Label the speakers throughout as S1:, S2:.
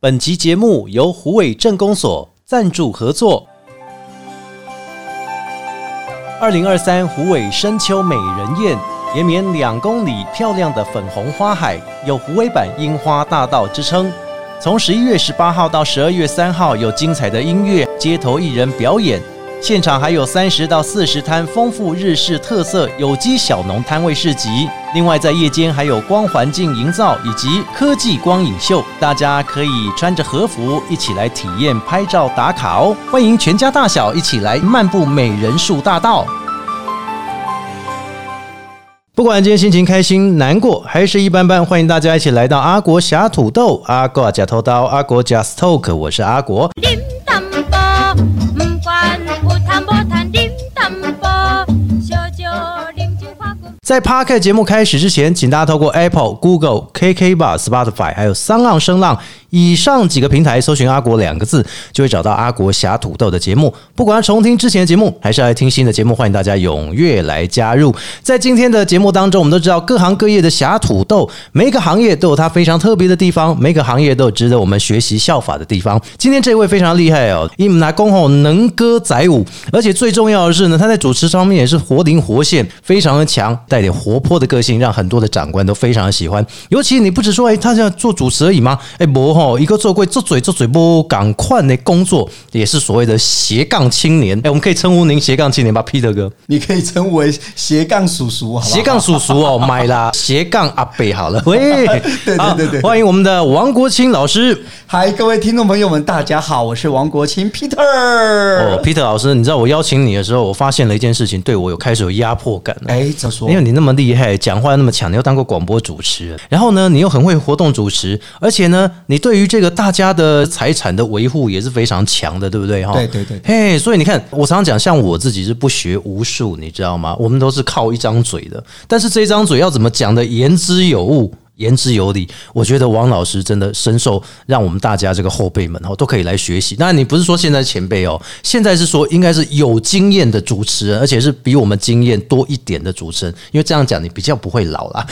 S1: 本集节目由虎尾镇公所赞助合作。二零二三虎尾深秋美人宴，延绵两公里漂亮的粉红花海，有虎尾版樱花大道之称。从十一月十八号到十二月三号，有精彩的音乐、街头艺人表演，现场还有三十到四十摊丰富日式特色有机小农摊位市集。另外，在夜间还有光环境营造以及科技光影秀，大家可以穿着和服一起来体验拍照打卡哦。欢迎全家大小一起来漫步美人树大道。不管今天心情开心、难过还是一般般，欢迎大家一起来到阿国侠土豆、阿国假头刀、阿国 Just Talk，我是阿国。
S2: điểm tâm bò Mù quan u tham bò than điểm tâm bò Cho cho điểm chữ khoa cùng
S1: 在 p a r k 节目开始之前，请大家透过 Apple、Google、KK Bar、Spotify 还有三浪声浪以上几个平台搜寻“阿国”两个字，就会找到阿国侠土豆的节目。不管要重听之前的节目，还是要来听新的节目，欢迎大家踊跃来加入。在今天的节目当中，我们都知道各行各业的侠土豆，每一个行业都有它非常特别的地方，每个行业都有值得我们学习效法的地方。今天这位非常厉害哦，伊姆拿公吼能歌载舞，而且最重要的是呢，他在主持方面也是活灵活现，非常的强，带点活泼的个性，让很多的长官都非常的喜欢。尤其你不只说哎，他要做主持而已吗？哎，不吼，一个做过做嘴做嘴不赶快的工作，也是所谓的斜杠青年。哎，我们可以称呼您斜杠青年吧，Peter 哥，
S3: 你可以称为斜杠叔叔，好不好
S1: 斜杠叔叔哦，买 啦，斜杠阿北好了。喂，
S3: 对
S1: 好
S3: 对对
S1: 欢迎我们的王国清老师。
S3: 嗨，各位听众朋友们，大家好，我是王国清 Peter。
S1: 哦，Peter 老师，你知道我邀请你的时候，我发现了一件事情，对我有开始有压迫感了。
S3: 哎，怎么说
S1: 因？为你那么厉害，讲话那么强，你又当过广播主持人，然后呢，你又很会活动主持，而且呢，你对于这个大家的财产的维护也是非常强的，对不对？哈，
S3: 对对对
S1: 嘿，所以你看，我常常讲，像我自己是不学无术，你知道吗？我们都是靠一张嘴的，但是这一张嘴要怎么讲的言之有物。言之有理，我觉得王老师真的深受让我们大家这个后辈们哦都可以来学习。那你不是说现在前辈哦，现在是说应该是有经验的主持人，而且是比我们经验多一点的主持人，因为这样讲你比较不会老啦。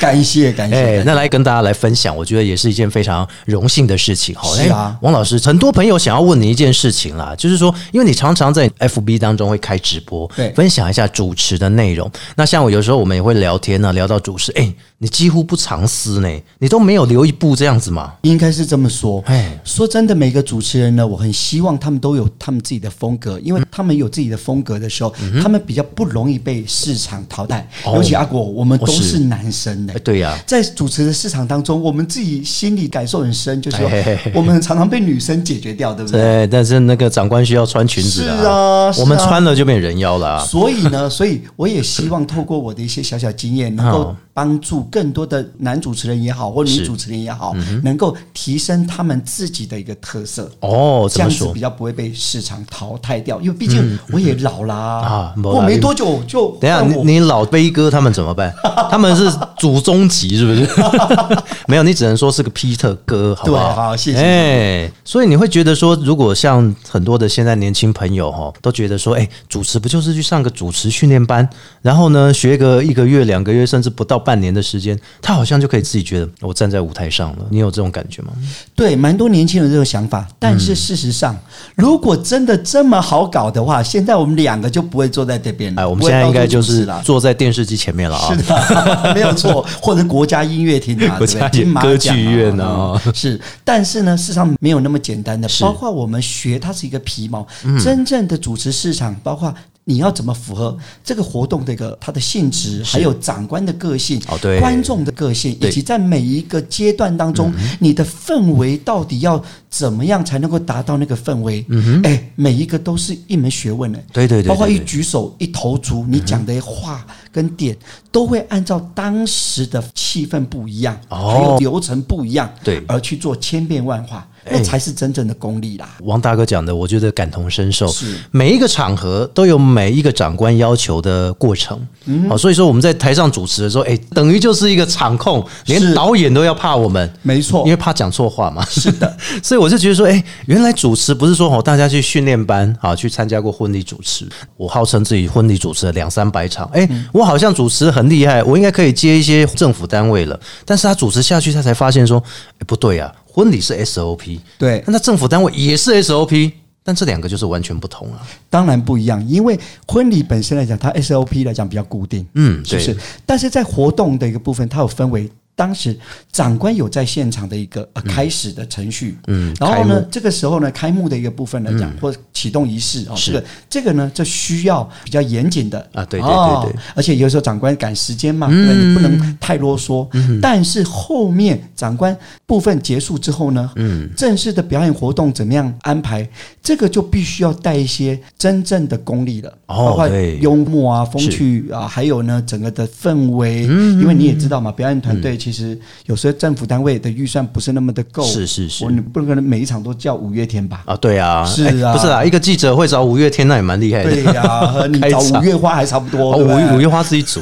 S3: 感谢感谢。
S1: 哎，那来跟大家来分享，我觉得也是一件非常荣幸的事情。好，
S3: 是啊
S1: 哎王老师，很多朋友想要问你一件事情啦，就是说，因为你常常在 FB 当中会开直播，
S3: 对
S1: 分享一下主持的内容。那像我有时候我们也会聊天呢、聊到主持，哎，你几乎不藏私呢，你都没有留一步这样子嘛？
S3: 应该是这么说
S1: 哎。
S3: 说真的，每个主持人呢，我很希望他们都有他们自己的风格，
S1: 嗯
S3: 因为他们有自己的风格的时候，他们比较不容易被市场淘汰。
S1: 哦
S3: 尤其阿果，我们
S1: 哦
S3: 都
S1: 是
S3: 是男生呢
S1: 哎，。对呀、
S3: 在主持的市场当中，我们自己心里感受很深，就是说
S1: 哎嘿嘿嘿，
S3: 我们常常被女生解决掉，对不对？
S1: 对，哎但是那个长官需要穿裙子
S3: 是啊是啊
S1: 我们穿了就变人妖了、啊。
S3: 所以呢， 所以我也希望透过我的一些小小经验，能够
S1: 啊
S3: 帮助更多的男主持人也好，或女主持人也好，能够提升他们自己的一个特色。
S1: 哦，
S3: 这
S1: 嗯怎
S3: 样
S1: 么
S3: 子
S1: 说嗯
S3: 比？较不会被市场淘汰掉，因为毕竟我也老啦
S1: 啊没啦
S3: 过没多久就
S1: 等一下，
S3: 换
S1: 你
S3: 我
S1: 你老悲哥他们怎么 办？他们是祖宗级是不是？没有，你只能说是个 Peter 哥，好不好？
S3: 对好谢谢
S1: 哎、所以你会觉得说，如果像很多的现在年轻朋友哈，都觉得说，哎、主持不就是去上个主持训练班，然后呢，学个一个月、两个月，甚至不到半年的时间，他好像就可以自己觉得我站在舞台上了。你有这种感觉吗？
S3: 对蛮多年轻人这种想法，但
S1: 嗯
S3: 是事实上，如果真的这么好搞的话，现在我们两个就不会坐在这边了。
S1: 哎，我们
S3: 不会
S1: 现在
S3: 到
S1: 应该
S3: 处
S1: 就
S3: 主持
S1: 是
S3: 啦
S1: 坐在电视机前面了啊、
S3: 是的， 没有错，或者国家音乐厅 啊，
S1: 国
S3: 对不对
S1: 家也
S3: 金马
S1: 歌
S3: 奖
S1: 剧院啊
S3: 嗯是。但是呢，事实上没有那么简单的，包括我们学，它是一个皮毛。
S1: 嗯
S3: 真正的主持市场，包括。你要怎么符合这个活动的一个它的性质，还有长官的个性、
S1: 哦对
S3: 观众的个性，
S1: 对嗯
S3: 以及在每一个阶段当中，你的氛围到底要怎么样才能够达到那个氛围？嗯哎，每一个都是一门学问呢。
S1: 对对对对
S3: 包括一
S1: 对
S3: 举手一投足，你讲的话跟点都会按照当时的气氛不一样，
S1: 哦
S3: 还有流程不一样，
S1: 对
S3: 而去做千变万化，
S1: 哎
S3: 那才是真正的功力啦。
S1: 王大哥讲的，我觉得感同身受。
S3: 是
S1: 每一个场合都有每一个长官要求的过程。
S3: 嗯
S1: 好、所以说我们在台上主持的时候，哎、等于就是一个场控，连
S3: 是
S1: 导演都要怕我们。
S3: 没错
S1: 因为，怕讲错话嘛。是的， 所以我就觉得说，哎、原来主持不是说哦，大家去训练班啊，去参加过婚礼主持，我号称自己婚礼主持了两三百场，哎、
S3: 嗯
S1: 我好像主持很厉害，我应该可以接一些政府单位了。但是他主持下去，他才发现说，哎、不对啊。婚礼是 SOP，
S3: 对
S1: 那政府单位也是 SOP，但这两个就是完全不同了、
S3: 当然不一样，因为婚礼本身来讲，它 SOP 来讲比较固定，
S1: 嗯
S3: 是不
S1: 对
S3: 是？但是在活动的一个部分，它有分为当时长官有在现场的一个、呃、开始的程序，
S1: 嗯
S3: 然后
S1: 开幕，
S3: 呢
S1: 嗯
S3: 这个时候呢，开幕的一个部分来讲，或启动仪式哦，
S1: 是
S3: 这个这个呢，这需要比较严谨的
S1: 啊对对对
S3: 哦
S1: 对嗯
S3: 而且有时候长官赶时间嘛，对不对，你不能太啰嗦。但是后面长官部分结束之后呢，嗯，正式的表演活动怎么样安排，这个就必须要带一些真正的功力了，
S1: 哦
S3: 包括
S1: 对
S3: 幽默啊、风趣啊，还有呢整个的氛
S1: 嗯
S3: 围，因为你也知道嘛，表演团队其实有时候政府单位的预算不是那么的够，
S1: 是是是
S3: 我你不可能每一场都叫五月天吧？
S1: 啊，对啊，
S3: 是
S1: 哎
S3: 啊
S1: 不是啊，一个记者会找五月天，那也蛮厉害的。
S3: 对呀、和你
S1: 哎开
S3: 找
S1: 场
S3: 五月花还差不多，
S1: 哦，
S3: 对不
S1: 五
S3: 对
S1: 月五月花是一 组，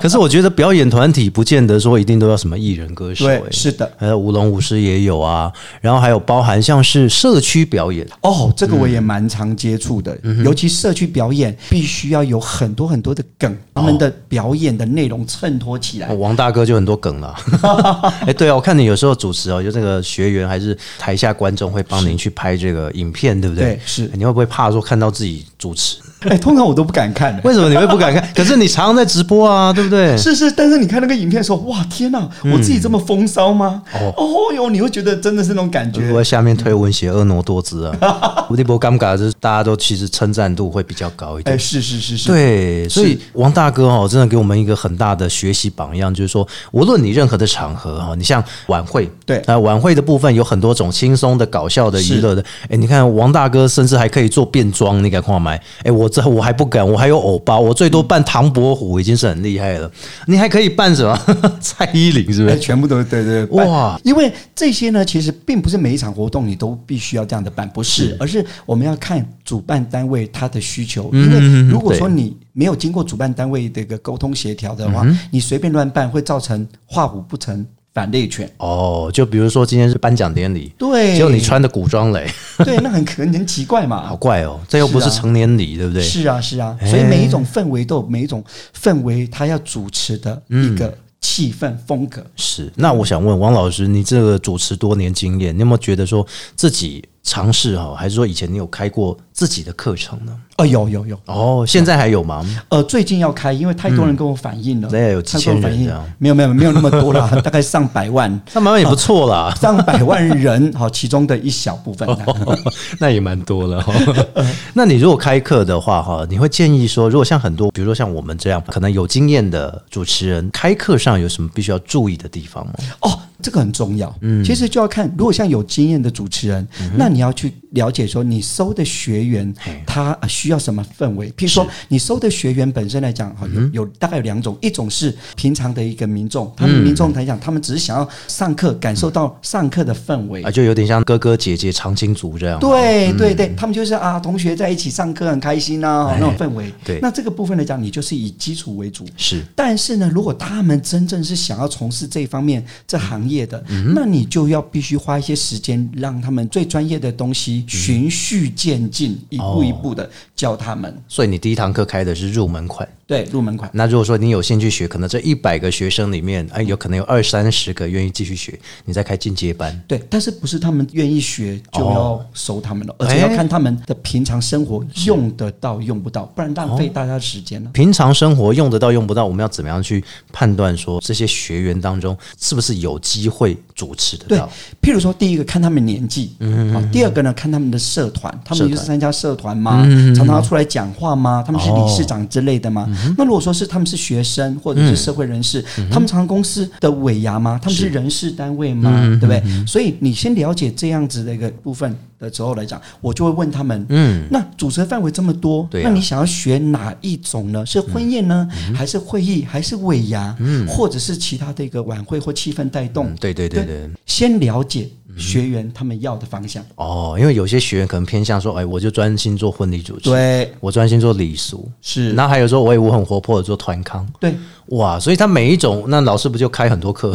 S1: 可是我觉得表演团体不见得说一定都要什么艺人歌手、
S3: 对
S1: 哎，
S3: 是的。
S1: 还有舞龙舞狮也有啊，然后还有包含像是社区表演，
S3: 哦，这个我也蛮常接触的，
S1: 嗯
S3: 尤其社区表演必须要有很多很多的梗，他们的表演的内容衬托起来。
S1: 哦王大哥就很多梗了。 哎、对啊，我看你有时候主持哦，就这个学员还是台下观众会帮您去拍这个影片，对不对？
S3: 对是
S1: 哎你会不会怕说看到自己主持？
S3: 哎，通常我都不敢看的。
S1: 为什么你会不敢看？可是你常常在直播啊，对不对？
S3: 是是，但是你看那个影片的时候，哇，天哪，我自己这么风骚吗？
S1: 哦
S3: 哦哟，你会觉得真的是那种感
S1: 如
S3: 觉
S1: 果。在下面推文写婀娜多姿啊，无敌博尴尬，就是大家都其实称赞度会比较高一点
S3: 哎，。是是是是，，
S1: 对，所以王大哥哦，真的给我们一个很大的学习榜样，就是说，无论你任何的场合哈、哦，你像晚会，
S3: 对
S1: 啊、晚会的部分有很多种轻松的、搞笑的、
S3: 是
S1: 娱乐的。哎，你看王大哥甚至还可以做变装，你敢看吗？哎，我这我还不敢，我还有偶包，我最多扮唐伯虎已经是很厉害了。你还可以扮什么？ 蔡依林是不
S3: 哎，
S1: 是？
S3: 全部都对对对
S1: 哇！
S3: 因为这些呢，其实并不是每一场活动你都必须要这样的办，不是，而是我们要看主办单位他的需求。因为如果说
S1: 对
S3: 你没有经过主办单位的一个沟通协调的话，你随便乱办会造成画虎不成反类犬。
S1: 哦，就比如说今天是颁奖典礼，
S3: 对，
S1: 结果你穿的古装嘞，
S3: 对，那很可能很奇怪嘛
S1: 好。怪哦，这又不是
S3: 是啊
S1: 成年礼，对不对？
S3: 是啊，是啊，
S1: 哎
S3: 所以每一种氛围都有每一种氛围，它要主持的一个气氛风格。
S1: 是，那我想问王老师，你这个主持多年经验，你有没有觉得说自己尝试哈，还是说以前你有开过自己的课程呢？
S3: 哦，有有有，
S1: 哦，现在还有吗？
S3: 呃，最近要开，因为太多人跟我反映了，
S1: 嗯大概有几千人
S3: 太多
S1: 这
S3: 反
S1: 样
S3: 映，没有没有没有那么 多啦，大概上百万，，
S1: 那慢慢也不错啦
S3: 上百万人， 好，其中的一小部分。
S1: 哦那也蛮多了哦哈。 那你如果开课的话哈，你会建议说，如果像很多，比如说像我们这样可能有经验的主持人，开课上有什么必须要注意的地方吗？
S3: 哦，这个很重要。嗯，其实就要看，如果像有经验的主持人，
S1: 嗯
S3: 那你要去了解说，你收的学员他呃需要什么氛围。譬如说，你收的学员本身来讲，哈，
S1: 嗯
S3: 有有大概有两种，一种是平常的一个民众，他
S1: 嗯
S3: 们民众来讲，他们只是想要上课，感受到上课的氛围
S1: 啊，。就有点像哥哥姐姐、长青族这样。
S3: 对对对，他们就是啊，同学在一起上课很开心啊，那种氛围。
S1: 哎对
S3: 那这个部分来讲，你就是以基础为主。
S1: 是
S3: 但是呢，如果他们真正是想要从事这一方面这行业的，
S1: 嗯
S3: 那你就要必须花一些时间，让他们最专业的东西循序渐进，一步一步的
S1: 哦
S3: 教他们。
S1: 所以你第一堂课开的是入门款。
S3: 对，入门款。
S1: 那如果说你有兴趣学，可能这一百个学生里面，哎，有可能有二三十个愿意继续学，你再开进阶班。
S3: 对，但是不是他们愿意学就要收他们了，
S1: 哎
S3: 而且要看他们的平常生活用得到用不到，不然浪费
S1: 哦
S3: 大家的时间了。
S1: 平常生活用得到用不到，我们要怎么样去判断说这些学员当中是不是有机会主持得
S3: 对
S1: 到？，
S3: 譬如说，第一个看他们年纪，嗯，啊，第二个呢看他们的社团，他
S1: 社团
S3: 们就是参加社团吗？常常要出来讲话吗？他们是理事长之类的吗？那如果说是他们是学生或者是社会人士，他们常常公司的尾牙吗？他嗯们是嗯人事单位吗？对不对？所以你先了解这样子的一个部分的时候来讲，我就会问他们，嗯，那主持的范围这么多，
S1: 对啊
S3: 那你想要学哪一种呢？是婚宴呢，还是会议，还是尾牙，或者是其他的一个晚会或气氛带动？
S1: 嗯，对对对对。
S3: 先了解学员他们要的方向。
S1: 哦，因为有些学员可能偏向说，哎，我就专心做婚礼主持，
S3: 对，
S1: 我专心做礼俗，
S3: 是
S1: 那还有说，我也哦我很活泼的做团康，
S3: 对，
S1: 哇，所以他每一种，那老师不就开很多课？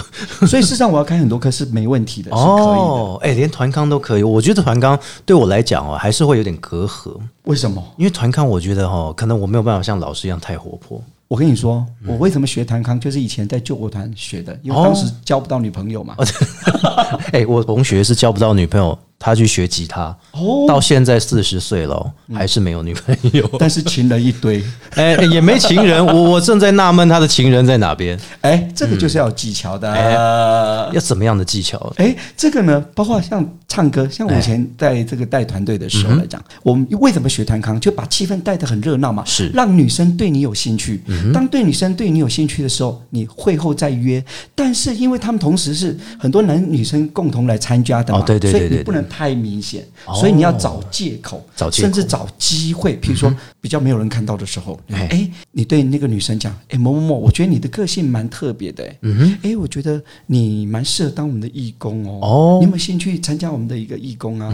S3: 所以事实上我要开很多课是没问题的，是可以的。
S1: 哦，哎、连团康都可以，我觉得团康对我来讲哦，还是会有点隔阂。
S3: 为什么？
S1: 因为团康，我觉得哈、哦，可能我没有办法像老师一样太活泼，
S3: 我跟你说，我为什么学弹康，就是以前在救国团学的，因为当时交不到女朋友嘛。
S1: 哎、我同学是交不到女朋友，他去学吉他，
S3: 哦嗯
S1: 到现在四十岁了哦，还是没有女朋友。
S3: 但是情人一堆，
S1: 哎、也没情人，我我正在纳闷他的情人在哪边，
S3: 哎，这个就是要有技巧的。呃
S1: 要怎么样的技巧？
S3: 哎，这个呢，包括像唱歌，像我
S1: 哎
S3: 以前带这个带团队的
S1: 嗯
S3: 时候来讲，我们为什么学团康，就把气氛带得很热闹嘛，
S1: 是嗯
S3: 让女生对你有兴趣。当对女生对你有兴趣的时候，你会后再约。但是因为他们同时是很多男女生共同来参加的嘛，
S1: 哦对对对
S3: 所以
S1: 对对
S3: 你不能太明显，
S1: 哦
S3: 所以你要找借口，
S1: 找借口
S3: 甚至找机会，譬如说比较没有人看到的时候，
S1: 嗯哎
S3: 哎，你对那个女生讲，哎某某某，我觉得你的个性蛮特别的，哎
S1: 嗯哼，
S3: 哎，我觉得你蛮适合当我们的义工哦。
S1: 哦嗯
S3: 你有没有兴趣参加我们的一个义工啊？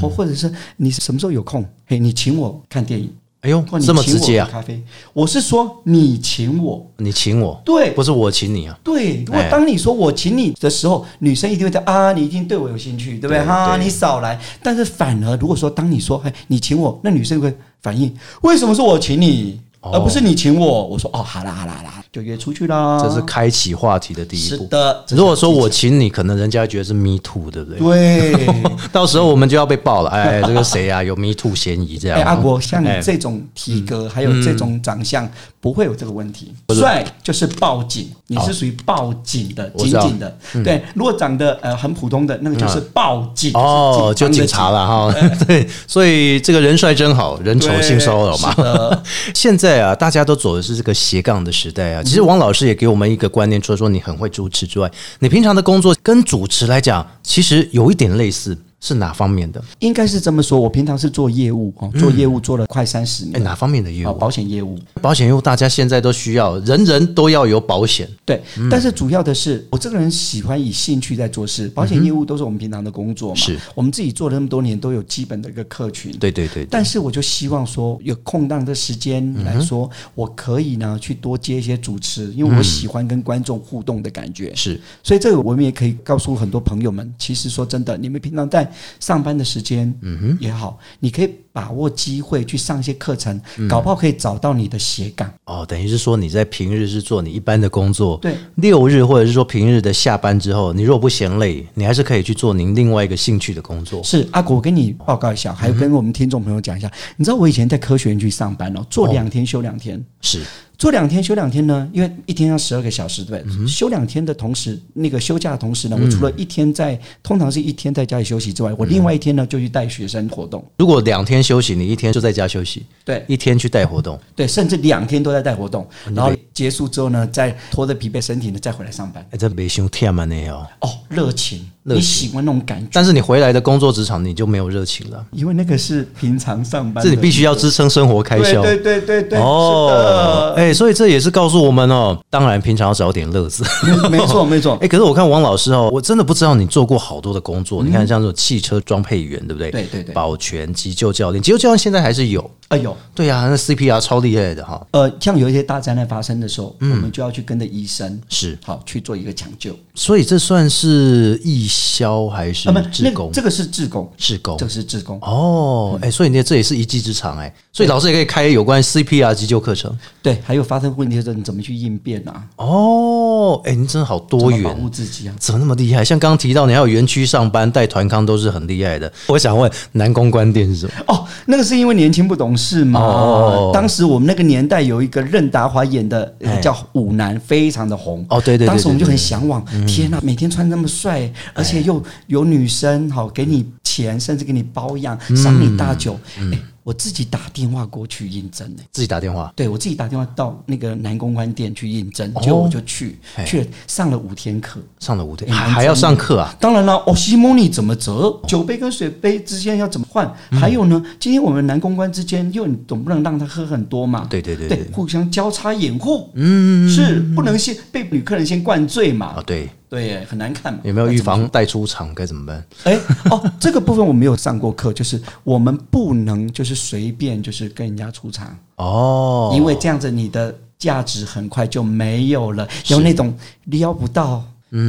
S3: 或或者是你什么时候有空？嘿，你请我看电影，
S1: 哎呦
S3: 或，你
S1: 这么
S3: 请
S1: 直接
S3: 我
S1: 啊
S3: 喝！咖啡。我是说你请我，
S1: 你请我，
S3: 对
S1: 不是我请你啊。
S3: 对。如果
S1: 哎
S3: 当你说我请你的时候，女生一定会在啊，你一定对我有兴趣，对不对？
S1: 对
S3: 哈，
S1: 对
S3: 你少来。但是反而如果说当你说哎，你请我，那女生会反应为什么是我请你，
S1: 哦
S3: 而不是你请我？我说哦，好啦好啦好啦，就约出去啦。
S1: 这是开启话题的第一
S3: 啊是
S1: 步。
S3: 的。
S1: 如果说我请你，可能人家会觉得是 me too，对不对？
S3: 对。
S1: 到时候我们就要被爆了。哎，这个谁啊，有 me too 嫌疑这样。
S3: 哎，阿国，像你
S1: 哎嗯
S3: 这种体格，还有这种长相，不会有这个问题。帅就是报警，你是属于报警的，
S1: 我
S3: 紧
S1: 知道嗯
S3: 紧的。对，如果长得呃很普通的，那个就是报警。
S1: 哦，就警察
S3: 了。
S1: 了哈。 对，所以这个人帅真好，人丑性骚扰嘛
S3: 是。的
S1: 现在啊，大家都走的是这个斜杠的时代啊。其实王老师也给我们一个观念，除了说你很会主持之外，你平常的工作跟主持来讲，其实有一点类似，是哪方面的？
S3: 应该是这么说。我平常是做业务哦，做业务做了快三十
S1: 哎，
S3: 年，
S1: 哪方面的嗯业
S3: 啊，
S1: 务啊？
S3: 保险业务。
S1: 保险业务大家现在都需要，人人都要有保险。
S3: 对，但是主要的是，我这个人喜欢以兴趣在做事，保险业务都是我们平常的工作嘛，
S1: 是
S3: 我们自己做了那么多年，都有基本的一个客群。
S1: 对对对，对
S3: 但是我就希望说，有空档的时间
S1: 嗯
S3: 来说，我可以呢去多接一些主持，因为
S1: 嗯
S3: 我喜欢跟观众互动的感觉。
S1: 是
S3: 所以这个我们也可以告诉很多朋友们，其实说真的，你们平常在上班的时间，嗯哼，也好，你可以把握机会去上一些课程，搞不好可以找到你的斜杠。
S1: 哦，等于是说你在平日是做你一般的工作，
S3: 对，
S1: 六日或者是说平日的下班之后，你若不嫌累，你还是可以去做您另外一个兴趣的工作。
S3: 是阿果，我跟你报告一下，还有跟我们听众朋友讲一下，你知道我以前在科学园区上班哦，做两天休两天。
S1: 是
S3: 做两天休两天呢，因为一天要十二个小时，对不对？休两天的同时，那个休假的同时呢，我除了一天在，通常是一天在家里休息之外，我另外一天呢就去带学生活动，
S1: 如果两天休息，你一天就在家休息，
S3: 对
S1: 一天去带活动，
S3: 对，甚至两天都在带活动，
S1: 嗯
S3: 然后结束之后呢，再拖着疲惫身体呢再回来上班。
S1: 哎，这没胸天嘛那哦。
S3: 哦，热情，
S1: 热情
S3: 你喜欢那种感觉，
S1: 但是你回来的工作职场，你就没有热情了，
S3: 因为那个是平常上班
S1: 这
S3: 的，
S1: 你必须要支撑生活开
S3: 对
S1: 销。
S3: 对对对对，
S1: 哦，
S3: 是
S1: 哎，所以这也是告诉我们哦，当然平常要找点乐子。
S3: 的，没 没错没错
S1: 哎、，可是我看王老师哦，我真的不知道你做过好多的工作。你看，像这种汽车装配员，对不对？
S3: 嗯对对对
S1: 保全、急救教练，急救教练现在还是有。
S3: 哎呦。
S1: 对呀、那 CPR 超厉害的哈。
S3: 呃，像有一些大灾难发生的时候，
S1: 嗯
S3: 我们就要去跟着医生，
S1: 是，
S3: 好去做一个抢救。
S1: 所以这算是义消还是
S3: 啊，不，
S1: 志
S3: 那
S1: 工？
S3: 个这个是志工，
S1: 志工
S3: 这。个是志工。
S1: 哦，哎、所以你这也是一技之长哎、所以老师也可以开有关 CPR 急救课程。
S3: 对，还有发生问题的时候，你怎么去应变啊？
S1: 哦，哎、你真的好多
S3: 怎么保
S1: 元
S3: 护。自己啊。
S1: 怎么那么厉害？像刚刚提到，你还有园区上班带团康，都是很厉害的。我想问，南公关店是什么？
S3: 哦，那个是因为年轻不懂事嘛。
S1: 哦
S3: 当时我们那个年代有一个任达华演的呃
S1: 哎
S3: 叫《舞男》，非常的红。
S1: 哦对对对
S3: 当时我们就很
S1: 对对对嗯哎
S3: 向往，天哪、每天穿那么帅，而且又有女生好给你钱，甚至给你包养，
S1: 嗯
S3: 赏你大酒。哎，我自己打电话过去应征呢。
S1: 自己打电话。
S3: 对我自己打电话到那个南公关店去应征，
S1: 哦
S3: 结果我就去
S1: 哎
S3: 去了上了五天课，
S1: 上了五天，
S3: 哎
S1: 还
S3: 蛮
S1: 还要
S3: 专
S1: 上课啊？
S3: 当然了，哦，西蒙尼怎么折？嗯酒杯跟水杯之间要怎么换？还有呢，今天我们男公关之间，又你总不能让他喝很多嘛？
S1: 对对对
S3: 对
S1: 对，
S3: 互相交叉掩护，嗯，是不能先被女客人先灌醉
S1: 啊，
S3: 嘛？
S1: 对，
S3: 对耶，很难看嘛。
S1: 有没有预防带出场该怎么办？
S3: 哎，哦，这个部分我没有上过课，就是我们不能就是随便就是跟人家出场，
S1: 哦，
S3: 因为这样子你的价值很快就没有了，有那种撩不到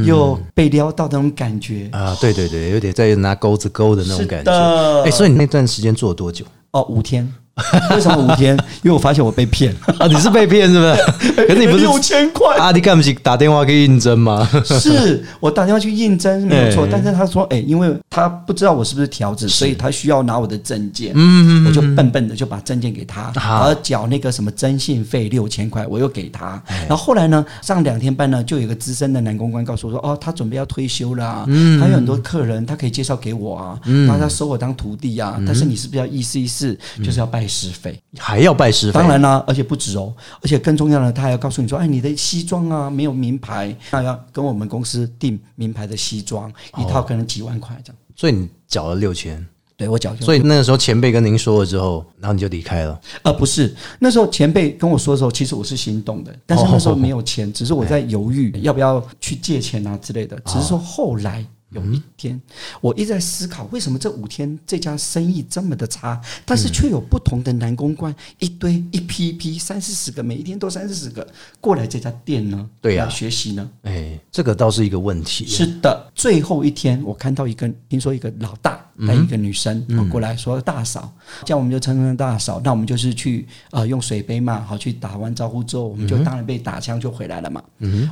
S3: 又被撩到的那种感觉。
S1: 啊，对对对，有点在拿钩子勾的那种感
S3: 是
S1: 觉。
S3: 的
S1: 哎，所以你那段时间做了多久？
S3: 哦，五天。为什么五天？因为我发现我被 骗，
S1: 啊，你是被骗是不是？ 可是你不
S3: 哎六
S1: 是
S3: 千块。
S1: 阿迪干不是打电话去应征 吗？
S3: 啊是我打电话去应征是没有错
S1: 哎，
S3: 但是他说，哎、因为他不知道我是不是条子，所以他需要拿我的证件，嗯，啊我就笨笨的就把证件给他，然
S1: 好
S3: 后缴那个什么征信费六千块，我又给他。然后后来呢，上两天班呢，就有一个资深的男公关告诉我说，哦，他准备要退休啦、他有很多客人，他可以介绍给我啊，大家收我当徒弟啊，但是你是不是要意思意思，就是要拜师费？
S1: 还要拜师？
S3: 当，然啦、而且不止哦，而且更重要的，他还要告诉你说，哎，你的西装啊没有名牌，那要跟我们公司订名牌的西装，一
S1: 哦
S3: 套可能几万块这样。
S1: 所以你缴了六千，
S3: 对我讲，
S1: 所以那个时候前辈跟您说了之后，然后你就离开了。
S3: 呃，不是，那时候前辈跟我说的时候，其实我是心动的，但是那时
S1: 哦
S3: 候没有钱，只是我
S1: 哎
S3: 在犹豫要不要去借钱啊之类的。只是
S1: 哦
S3: 说后来有
S1: 嗯
S3: 一天，我一直在思考，为什么这五天这家生意这么的差，但
S1: 嗯
S3: 是却有不同的男公关一堆一批一批三四十个，每一天都三四十个过来这家店呢？
S1: 对呀
S3: 来学习呢？
S1: 哎、这个倒是一个问题。
S3: 是的，最后一天我看到一个，听说一个老大带一个女生、哦过来说大嫂，这样我们就称她大嫂。那我们就是去呃用水杯嘛，好去打完招呼之后，我们就当然被打枪就回来了嘛。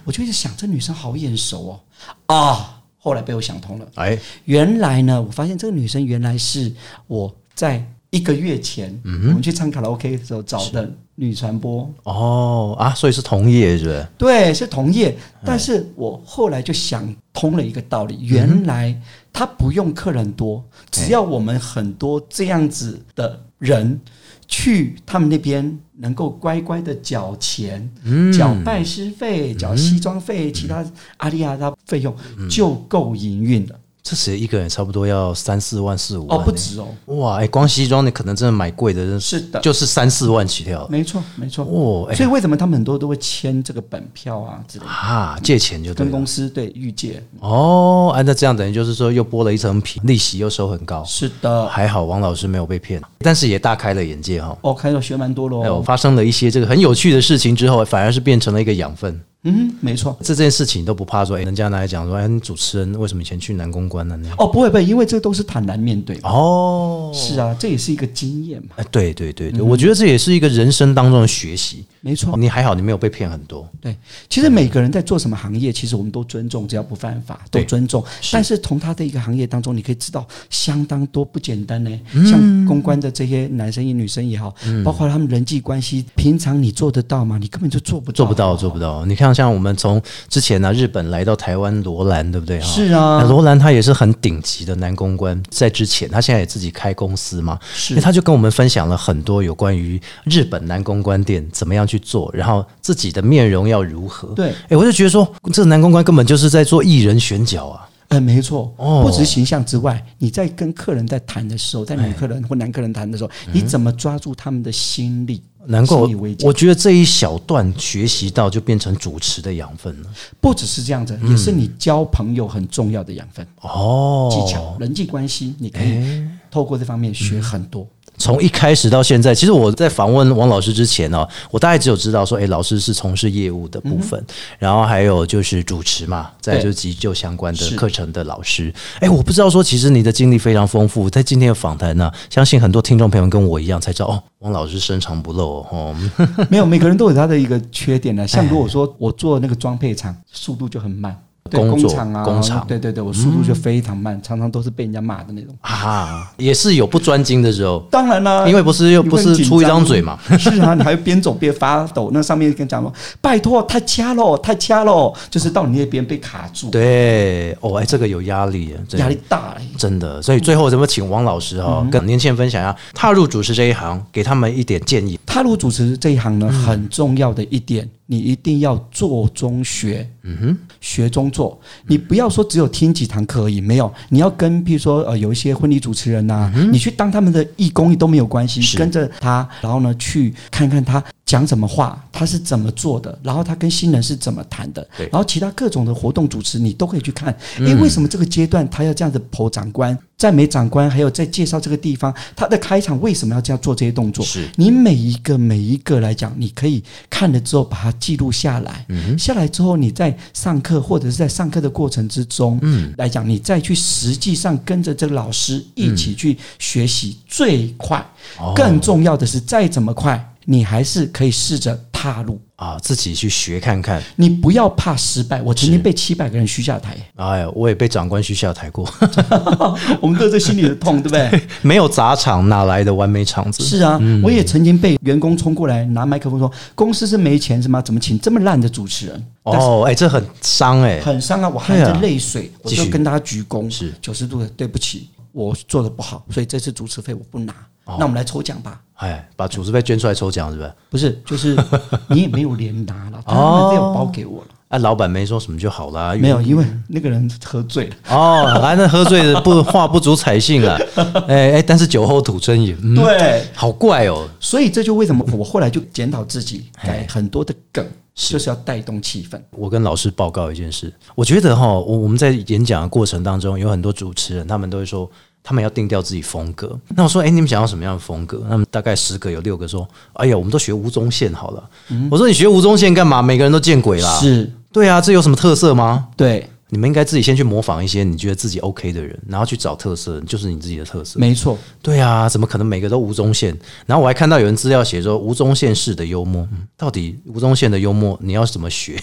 S3: 我就一直想这女生好眼熟哦啊，后来被我想通了，
S1: 哎，
S3: 原来呢，我发现这个女生原来是我在一个月前、我们去唱卡拉 OK 的时候找的女传播。
S1: 哦啊，所以是同业是不是？
S3: 对，是同业。
S1: 嗯
S3: 但是我后来就想通了一个道理，原来他不用客人多，
S1: 哎
S3: 只要我们很多这样子的人去他们那边，能够乖乖的缴钱，
S1: 嗯
S3: 缴拜师费、缴西装费、其他阿里阿拉费用，
S1: 嗯
S3: 就够营运了。
S1: 这时一个人差不多要三四万、四五
S3: 哦，
S1: 万、
S3: 不止哦，
S1: 哇！哎、光西装你可能真的买贵的，真
S3: 是的
S1: 就是三四万起跳
S3: 没错，没错。
S1: 哦哎
S3: 所以为什么他们很多都会签这个本票啊之类的，
S1: 啊，借钱就对
S3: 跟
S1: 了。
S3: 公司对预借？
S1: 哦，按、照这样等于就是说又剥了一层皮，利息又收很高。
S3: 是的，
S1: 还好王老师没有被骗，但是也大开了眼界哈、
S3: 哦，开头学蛮多喽。
S1: 哎，我发生了一些这个很有趣的事情之后，反而是变成了一个养分。
S3: 嗯，没错。
S1: 这件事情都不怕说，哎，人家拿来讲说，哎，你主持人为什么以前去南公关了呢？
S3: 哦，不会不会，因为这都是坦然面对。
S1: 哦，
S3: 是啊，这也是一个经验嘛，
S1: 哎，对对对对，我觉得这也是一个人生当中的学习。
S3: 没错。
S1: 你还好，你没有被骗很多。
S3: 对，其实每个人在做什么行业，其实我们都尊重，只要不犯法都
S1: 对
S3: 尊重。但是从他的一个行业当中，你可以知道相当多不简单呢、
S1: 嗯
S3: 像公关的这些男生也女生也好，包括他们人际关系，平常你做得到吗？你根本就做不到，
S1: 做不到，做不到。你看，像我们从之前呢、日本来到台湾罗兰，对不对？哈
S3: 是啊
S1: 那罗兰他也是很顶级的男公关，在之前他现在也自己开公司嘛，
S3: 是
S1: 因哎为他就跟我们分享了很多有关于日本男公关店怎么样去做，然后自己的面容要如何。
S3: 对
S1: 哎，我就觉得说，这个男公关根本就是在做艺人选角啊。
S3: 呃，没错，
S1: 哦
S3: 不止形象之外，你在跟客人在谈的时候，在
S1: 哎
S3: 女客人或男客人谈的时候，
S1: 嗯
S3: 你怎么抓住他们的心理？
S1: 难怪
S3: 心
S1: 我
S3: 理危机
S1: 我觉得这一小段学习到就变成主持的养分了。
S3: 不只是这样子，
S1: 嗯
S3: 也是你交朋友很重要的养分、
S1: 哦，哎
S3: 技巧、人际关系，你可以透过这方面学很多。
S1: 从一开始到现在，其实我在访问王老师之前呢、哦我大概只有知道说，哎，老师是从事业务的部分，
S3: 嗯
S1: 然后还有就是主持嘛，再就是急救相关的
S3: 是
S1: 课程的老师。哎，我不知道说，其实你的经历非常丰富，在今天的访谈呢、相信很多听众朋友们跟我一样才知道哦，王老师深藏不露哦。哦
S3: 没有，每个人都有他的一个缺点
S1: 哎
S3: 呢。像如果说我做那个装配厂，速度就很慢。对
S1: 工
S3: 工
S1: 作
S3: 厂啊，
S1: 工厂嗯
S3: 对对对，我速度就非常慢，常常都是被人家骂的那种。
S1: 啊，也是有不专精的时候，
S3: 当然啦，
S1: 因为不是又
S3: 你
S1: 不
S3: 会
S1: 是
S3: 紧
S1: 出一
S3: 张
S1: 张嘴嘛，
S3: 是啊，你还边走边发抖，那上面跟你讲说，拜托太掐喽，太掐喽，就是到你那边被卡住，
S1: 对，哦，哎，这个有压力，真的
S3: 压力嗯大、欸。
S1: 真的，所以最后怎么请王老师哦，跟年轻人分享一下，踏入主持这一行，给他们一点建议。
S3: 踏入主持这一行呢，很重要的一点，你一定要做中学，嗯哼，嗯学中做。你不要说只有听几堂课而已，没有，你要跟譬如说呃有一些婚礼主持人呐、你去当他们的义工都没有关系，跟着他，然后呢去看看他讲什么话，他是怎么做的，然后他跟新人是怎么谈的
S1: 对，
S3: 嗯然后其他各种的活动主持你都可以去看。诶，为什么这个阶段他要这样子投长官？赞美长官，还有在介绍这个地方，他的开场为什么要这样做这些动作？
S1: 是
S3: 你每一个每一个来讲，你可以看了之后把它记录下来，下来之后你在上课或者是在上课的过程之中，嗯，来讲你再去实际上跟着这个老师一起去学习最快，
S1: 哦
S3: 更重要的是再怎么快，你还是可以试着踏入。
S1: 啊，自己去学看看。
S3: 你不要怕失败，我曾
S1: 是
S3: 经被七百个人虚下台，
S1: 哎呀，我也被长官去下台过，
S3: 我们都有这心里的痛，对不对？
S1: 没有砸场哪来的完美场子？
S3: 是啊，我也曾经被员工冲过来拿麦克风说：“公司是没钱是吗？怎么请这么烂的主持人？”但是
S1: 哦，哎、这很伤哎、
S3: 很伤啊，我含
S1: 对
S3: 着
S1: 啊
S3: 泪水，我
S1: 继
S3: 就
S1: 续
S3: 跟他鞠躬，
S1: 是
S3: 九十度的，对不起，我做的不好，所以这次主持费我不拿。
S1: 哦
S3: 那我们来抽奖吧。
S1: 哎，把组织费捐出来抽奖是不是？
S3: 不是，就是 你也没有连拿
S1: 哦
S3: 了，他们没有包给我了，
S1: 啊，老板没说什么就好啦。
S3: 没有，因为那个人喝醉了。
S1: 哦，来那喝醉的不话不足采信 啊，哎哎，但是酒后吐真言，嗯，
S3: 对，
S1: 好怪哦，
S3: 所以这就为什么我后来就检讨自己，
S1: 哎
S3: 改很多的梗，就是要带动气氛。
S1: 我跟老师报告一件事，我觉得哈，我我们在演讲的过程当中，有很多主持人，他们都会说他们要定调自己风格。那我说，哎、你们想要什么样的风格？那么大概十个有六个说，哎呀，我们都学吴宗宪好了。我说你学吴宗宪干嘛？每个人都见鬼啦！，
S3: 是，
S1: 对啊，这有什么特色吗？
S3: 对，
S1: 你们应该自己先去模仿一些你觉得自己 OK 的人，然后去找特色，就是你自己的特色。
S3: 没错。
S1: 对啊，怎么可能每个都吴宗宪？然后我还看到有人资料写说吴宗宪式的幽默，嗯到底吴宗宪的幽默你要怎么学？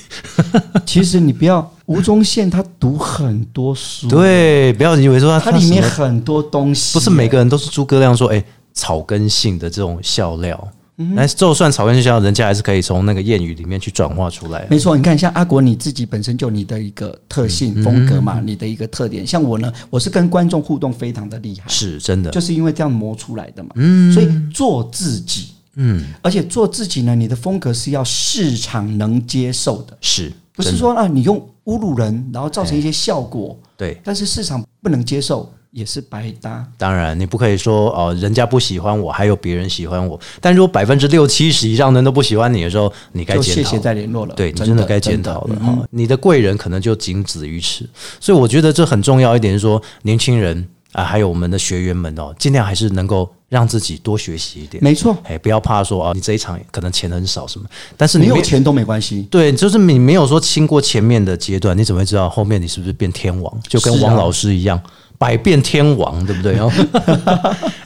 S3: 其实你不要吴宗宪，他读很多书，，
S1: 对，不要以为说他
S3: 他嗯里面
S1: 什么
S3: 很多东西，
S1: 不是每个人都是诸葛亮说，哎、草根性的这种笑料。
S3: 嗯
S1: 但是就算草根性笑料，人家还是可以从那个谚语里面去转化出来。
S3: 没错，你看像阿国你自己本身就有你的一个特
S1: 嗯
S3: 性风格嘛，你的一个特点。像我呢，我是跟观众互动非常的厉害，
S1: 是真的，
S3: 就是因为这样磨出来的嘛。嗯，所以做自己，嗯，而且做自己呢，你的风格是要市场能接受的，
S1: 是
S3: 不是
S1: 真的
S3: 说啊你用侮辱人，然后造成一些效果，
S1: 对。
S3: 但是市场不能接受也是白搭。
S1: 当然，你不可以说哦、人家不喜欢我，还有别人喜欢我。但如果百分之六七十以上的人都不喜欢你的时候，你该
S3: 就
S1: 检
S3: 谢
S1: 讨
S3: 谢。再联络了，
S1: 对你
S3: 真嗯
S1: 真的该检讨了哈、你的贵人可能就仅止于此，所以我觉得这很重要一点是说，年轻人啊，还有我们的学员们哦，尽量还是能够让自己多学习一点。
S3: 没错，
S1: 哎，不要怕说啊，你这一场可能钱很少什么，但是你
S3: 没
S1: 没
S3: 有，钱都没关系。
S1: 对，就是你没有说经过前面的阶段，你怎么会知道后面你是不是变天王？就跟
S3: 是啊
S1: 汪老师一样，百变天王，对不对？ 哦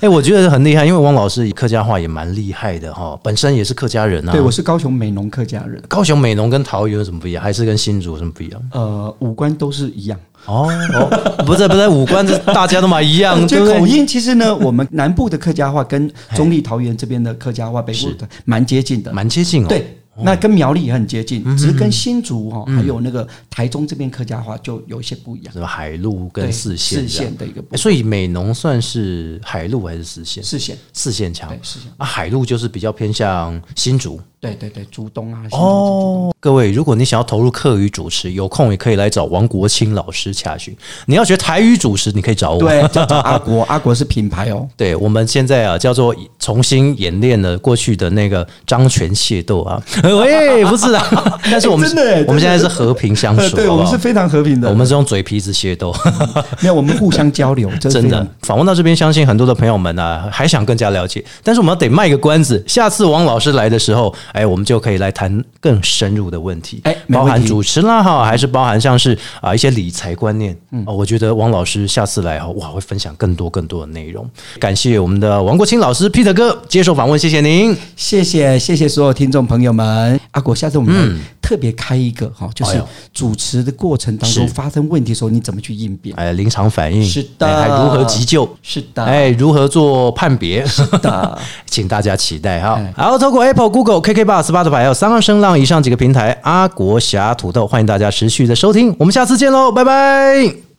S1: 哎，我觉得很厉害，因为汪老师客家话也蛮厉害的哈、本身也是客家人啊。
S3: 对，我是高雄美浓客家人，
S1: 高雄美浓跟桃园有什么不一样？还是跟新竹有什么不一样？
S3: 呃，五官都是一样。
S1: 哦，哦不是不是，五官是大家都蛮一样， 对
S3: 就
S1: 不
S3: 呃口
S1: 对？
S3: 音，其 实呢，我们南部的客家话跟中立桃园这边的客家话，北部的蛮接近的。
S1: 哎蛮接近哦。嗯
S3: 对，那跟苗栗也很接近，只是跟新竹哦，还有那个台中这边客家话就有一些不一样。
S1: 什么海陆
S3: 对
S1: 跟四线
S3: 四
S1: 这样
S3: 线。的一个不
S1: 哎所以美浓算是海陆还是四线？
S3: 四线，
S1: 四线强
S3: 对四线，
S1: 啊，海陆就是比较偏向新竹
S3: 对对对，竹东啊，新竹
S1: 哦。各位，如果你想要投入课语主持，有空也可以来找王国清老师洽询。你要学台语主持，你可以找我。
S3: 对，叫做阿国，阿国是品牌哦。
S1: 对，我们现在啊叫做重新演练了过去的那个张权械斗 啊，喂，不是啊， 但是我们、
S3: 哎真的耶
S1: 我们现在
S3: 真
S1: 是
S3: 的
S1: 和平相处，
S3: 呃 对，我们
S1: 好
S3: 是
S1: 不好
S3: 非常和平的，
S1: 我们是用嘴皮子械斗，
S3: 没有，我们互相交流， 真
S1: 真的。访问到这边，相信很多的朋友们啊，还想更加了解，但是我们要得卖个关子，下次王老师来的时候，哎，我们就可以来谈更深入的问题，
S3: 哎没
S1: 包
S3: 问
S1: 含
S3: 题
S1: 主持啦哈，还是包含像是啊一些理财观念，嗯、我觉得王老师下次来哈，哇，会分享更多更多的内容。感谢我们的王国清老师 Peter 哥接受访问，谢谢您。
S3: 谢谢谢谢所有听众朋友们，阿果，下次我们来特别开一个哈、就
S1: 嗯哎
S3: 是
S1: 呦
S3: 主持的过程当中
S1: 是
S3: 发生问题的时候，你怎么去应变？
S1: 哎，临场反应
S3: 是的
S1: 哎还如何急救？
S3: 是的，
S1: 哎，如何做判别？
S3: 的，
S1: 请大家期待哈
S3: 哎。
S1: 然后透过 Apple、Google、KK Bar、Spotify 还有三二声浪以上几个平台，阿国侠土豆，欢迎大家持续的收听，我们下次见喽，拜拜。